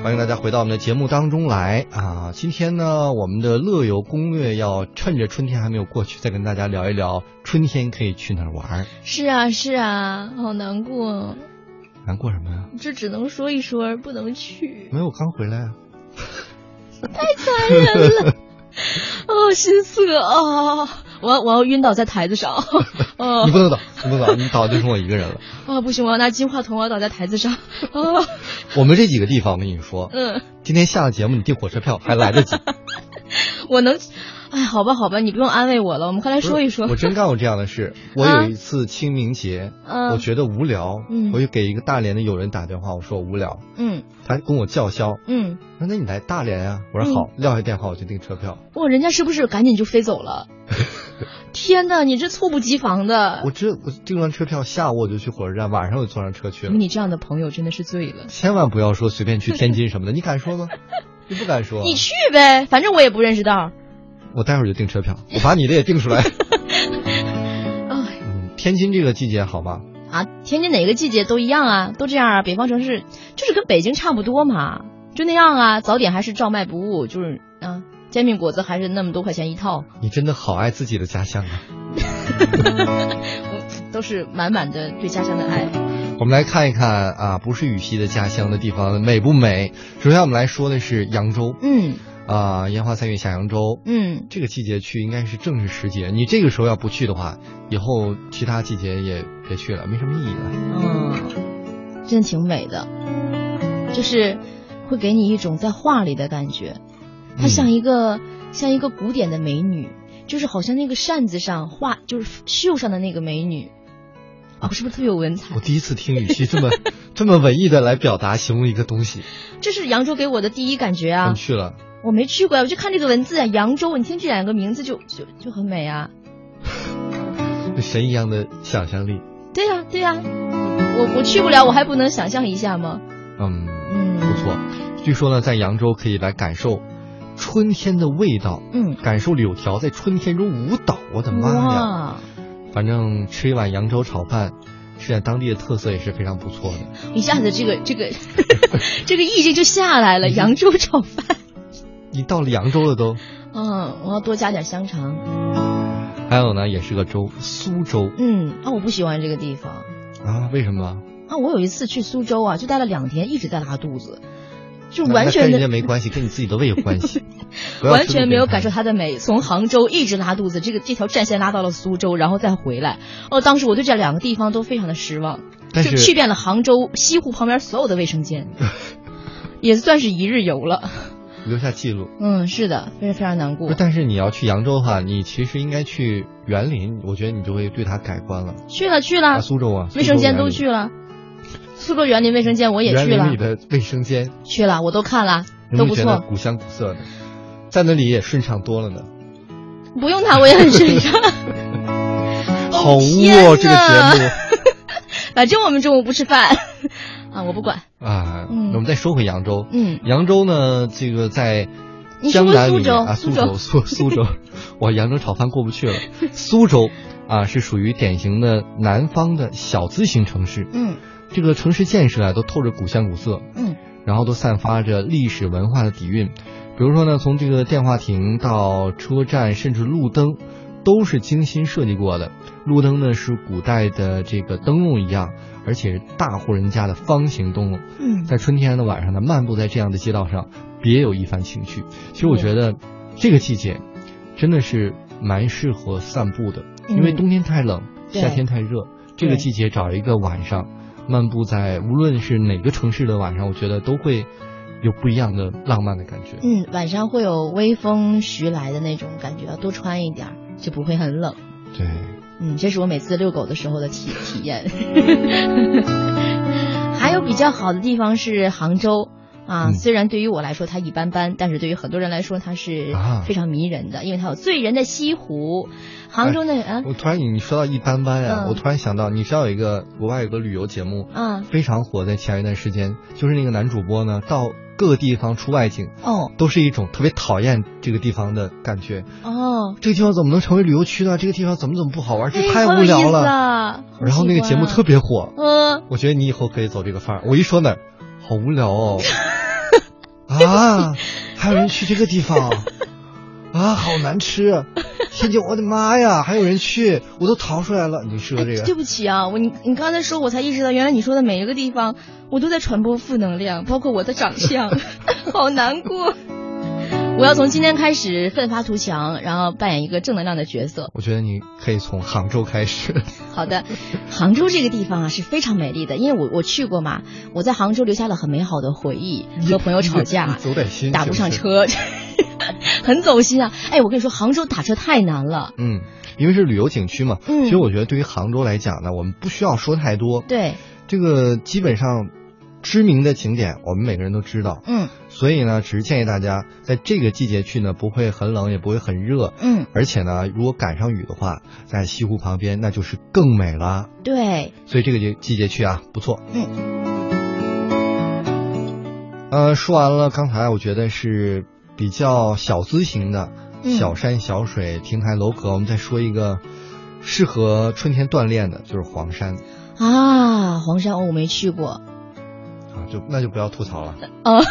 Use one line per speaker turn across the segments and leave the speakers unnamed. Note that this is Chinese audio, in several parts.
欢迎大家回到我们的节目当中来啊！今天呢，我们的乐游攻略要趁着春天还没有过去，再跟大家聊一聊春天可以去哪儿玩儿。
是啊，是啊，好难过哦，
难过什么呀？
这只能说一说，不能去，
没有，我刚回来啊。
太残忍了，哦，心塞啊！我要我要晕倒在台子 上，哦
你不能倒，你不能倒，你倒就剩我一个人了。
啊不行，我要拿金话筒，我要倒在台子上，啊
我们这几个地方，我跟你说，
嗯，
今天下了节目，你订火车票还来得及。
我能，哎，好吧好吧，你不用安慰我了，我们快来 说一说，
我真干过这样的事。我
啊
有一次清明节，
嗯
我觉得无聊，
嗯
我就给一个大连的友人打电话，我说我无聊，
嗯
他跟我叫嚣，
嗯，
那那你来大连啊？我说好，撂下电话我就订车票。
哇，人家是不是赶紧就飞走了？ 天哪，你这猝不及防的
我，这我订完车票，下午我就去火车站，晚上我就坐上车去了。
你这样的朋友真的是醉了。
千万不要说随便去天津什么的，你敢说吗？你不敢说。啊
你去呗，反正我也不认识道儿。
我待会儿就订车票，我把你的也订出来。
哎
嗯，天津这个季节好吗？
啊，天津哪个季节都一样啊，都这样啊。北方城市就是跟北京差不多嘛，就那样啊。早点还是照卖不误，就是啊，煎饼果子还是那么多块钱一 套，
你真的好爱自己的家乡啊！
都是满满的对家乡的爱。
我们来看一看啊，不是雨熙的家乡的地方美不美？首先我们来说的是扬州
嗯
啊，烟花三月下扬州。
嗯，
这个季节去应该是正是时节，你这个时候要不去的话，以后其他季节也别去了，没什么意义了。
嗯，真的挺美的，就是会给你一种在画里的感觉，它像一个、像一个古典的美女，就是好像那个扇子上画就是绣上的那个美女，啊，是不是特别有文采
我？第一次听雨熙 这么这么文艺的来表达形容一个东西，
这是扬州给我的第一感觉啊
你！去了，
我没去过呀，我就看这个文字啊，扬州，你听这两个名字就就就很美啊！
神一样的想象力，
对呀、对呀、我我去不了，我还不能想象一下吗？
嗯，不
嗯
错。据说呢，在扬州可以来感受春天的味道，
嗯，
感受柳条在春天中舞蹈，我的妈呀！
哇！
反正吃一碗扬州炒饭，吃点当地的特色也是非常不错的。
一下子这个这个 这个意境就下来
嗯
了，扬州炒饭。
你到了扬州了都，
嗯，我要多加点香肠。
还有呢，也是个州，苏州
嗯，啊，我不喜欢这个地方。
啊？为什么？
啊，我有一次去苏州啊，就待了两天，一直在拉肚子，就
那
完
那
全
跟人家
的
没关系，跟你自己的胃有关 系。不要
完
吃路
全
边
没有
摊
感受它的美。从杭州一直拉肚子，这个这条战线拉到了苏州，然后再回来。哦，当时我对这两个地方都非常的失望，
但
就是去遍了杭州西湖旁边所有的卫生间， 也算是一日游了。
留下记录。
嗯，是的，非常非常难过
不。但是你要去扬州的话，你其实应该去园林，我觉得你就会对它改观了。
去了去了，
啊，苏州啊，
卫生间都
了，
去了，苏州园林卫生间我也
园
去
林
了
里，的卫生间
去了我都看了，
你
都
会
不
觉得
错，
古香古色的，在那里也顺畅多了呢。
不用它我也很顺 畅。
好污
天
哦，
哪
这个
反正我们中午不吃饭 啊，我不管。
节目啊。
嗯
那我们再说回扬州，
嗯，
扬州呢，这个在
你
江
说
南
苏
里
州
啊，苏
苏
州
州
苏苏 州，我扬州炒饭过不去了。苏州啊，是属于典型的南方的小资型城市。
嗯，
这个城市建设啊，都透着古香古色，
嗯，
然后都散发着历史文化的底蕴。比如说呢，从这个电话亭到车站，甚至路灯，都是精心设计过的。路灯呢是古代的这个灯笼一样，而且是大户人家的方形灯笼。
嗯，
在春天的晚上呢，漫步在这样的街道上，别有一番情趣。其实我觉得这个季节真的是蛮适合散步的，因为
嗯
冬天太冷，
对
夏天太热，这个
对
季节找一个晚上漫步在无论是哪个城市的晚上，我觉得都会有不一样的浪漫的感觉。
嗯，晚上会有微风徐来的那种感觉，要多穿一点儿，就不会很冷。
对，
嗯，这是我每次遛狗的时候的体体验。 还有比较好的地方是杭州啊，
嗯
虽然对于我来说它一般般，但是对于很多人来说它是
啊
非常迷人的，因为它有醉人的西湖。杭州那啊
我突然你你说到一般般呀、
嗯
我突然想到，你知道有一个国外有个旅游节目。
啊
非常火，在前一段时间，就是那个男主播呢，到各地方出外景，
哦
都是一种特别讨厌这个地方的感觉。
哦，
这个地方怎么能成为旅游区呢？这个地方怎么怎么不好玩？这
哎
太
好
无
有意
聊
思
了。
啊！好
然后那个节目特别火，
喜欢啊，
我觉得你以后可以走这个范儿。我一说哪儿，好无聊哦，啊，还有人去这个地方啊，好难吃！天津，我的妈呀，还有人去，我都逃出来了。你说这
哎对
个，
不起啊，我你你刚才说，我才意识到，原来你说的每一个地方，我都在传播负能量，包括我的长相， 好难过。我要从今天开始奋发图强，然后扮演一个正能量的角色。
我觉得你可以从杭州开始。
好的，杭州这个地方啊是非常美丽的，因为我我去过嘛，我在杭州留下了很美好的回忆，和朋友 吵
你
架，
走点心，
打不上
是是。
车，很走心啊。哎，我跟你说，杭州打车太难了。
嗯，因为是旅游景区嘛。
嗯
其实我觉得对于杭州来讲呢，我们不需要说太多。，
对，
这个基本上知名的景点，我们每个人都知道。
嗯
所以呢，只是建议大家在这个季节去呢，不会很冷，也不会很热。
嗯，
而且呢，如果赶上雨的话，在西湖旁边那就是更美了。
对，
所以这个季季节去啊，不错。
嗯
呃，说完了，刚才我觉得是比较小资型的，
嗯
小山小水、亭台楼阁。我们再说一个适合春天锻炼的，就是黄山
啊，黄山哦我没去过，
啊，就那就不要吐槽 了。
哦，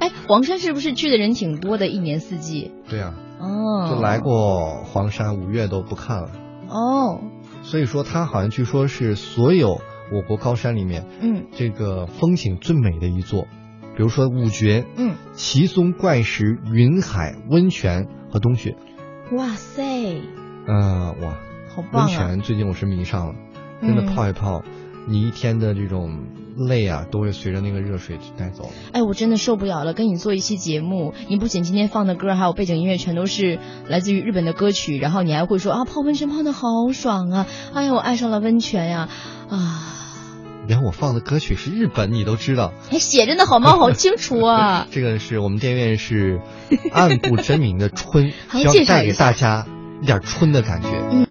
哎，黄山是不是去的人挺多的，一年四季？
对啊，
哦，
就来过黄山，五月都不看了。
哦，
所以说，它好像据说是所有我国高山里面
嗯
这个风景最美的一座。比如说五绝、
嗯，
奇松、怪石、云海、温泉和冬雪。
哇塞，
嗯、哇，
好
温
棒啊！
泉最近我是迷上了，真的
嗯
泡一泡，你一天的这种累啊，都会随着那个热水带走了。
哎，我真的受不了了，跟你做一期节目，你不仅今天放的歌还有背景音乐全都是来自于日本的歌曲，然后你还会说啊泡温泉泡的好爽啊，哎呀我爱上了温泉呀、啊，
连我放的歌曲是日本，你都知道。！
还写真的好吗？好清楚啊
这个是我们电院是暗部真名的春，
好
希望
介绍
带
一
给
下
大家一点春的感觉。
嗯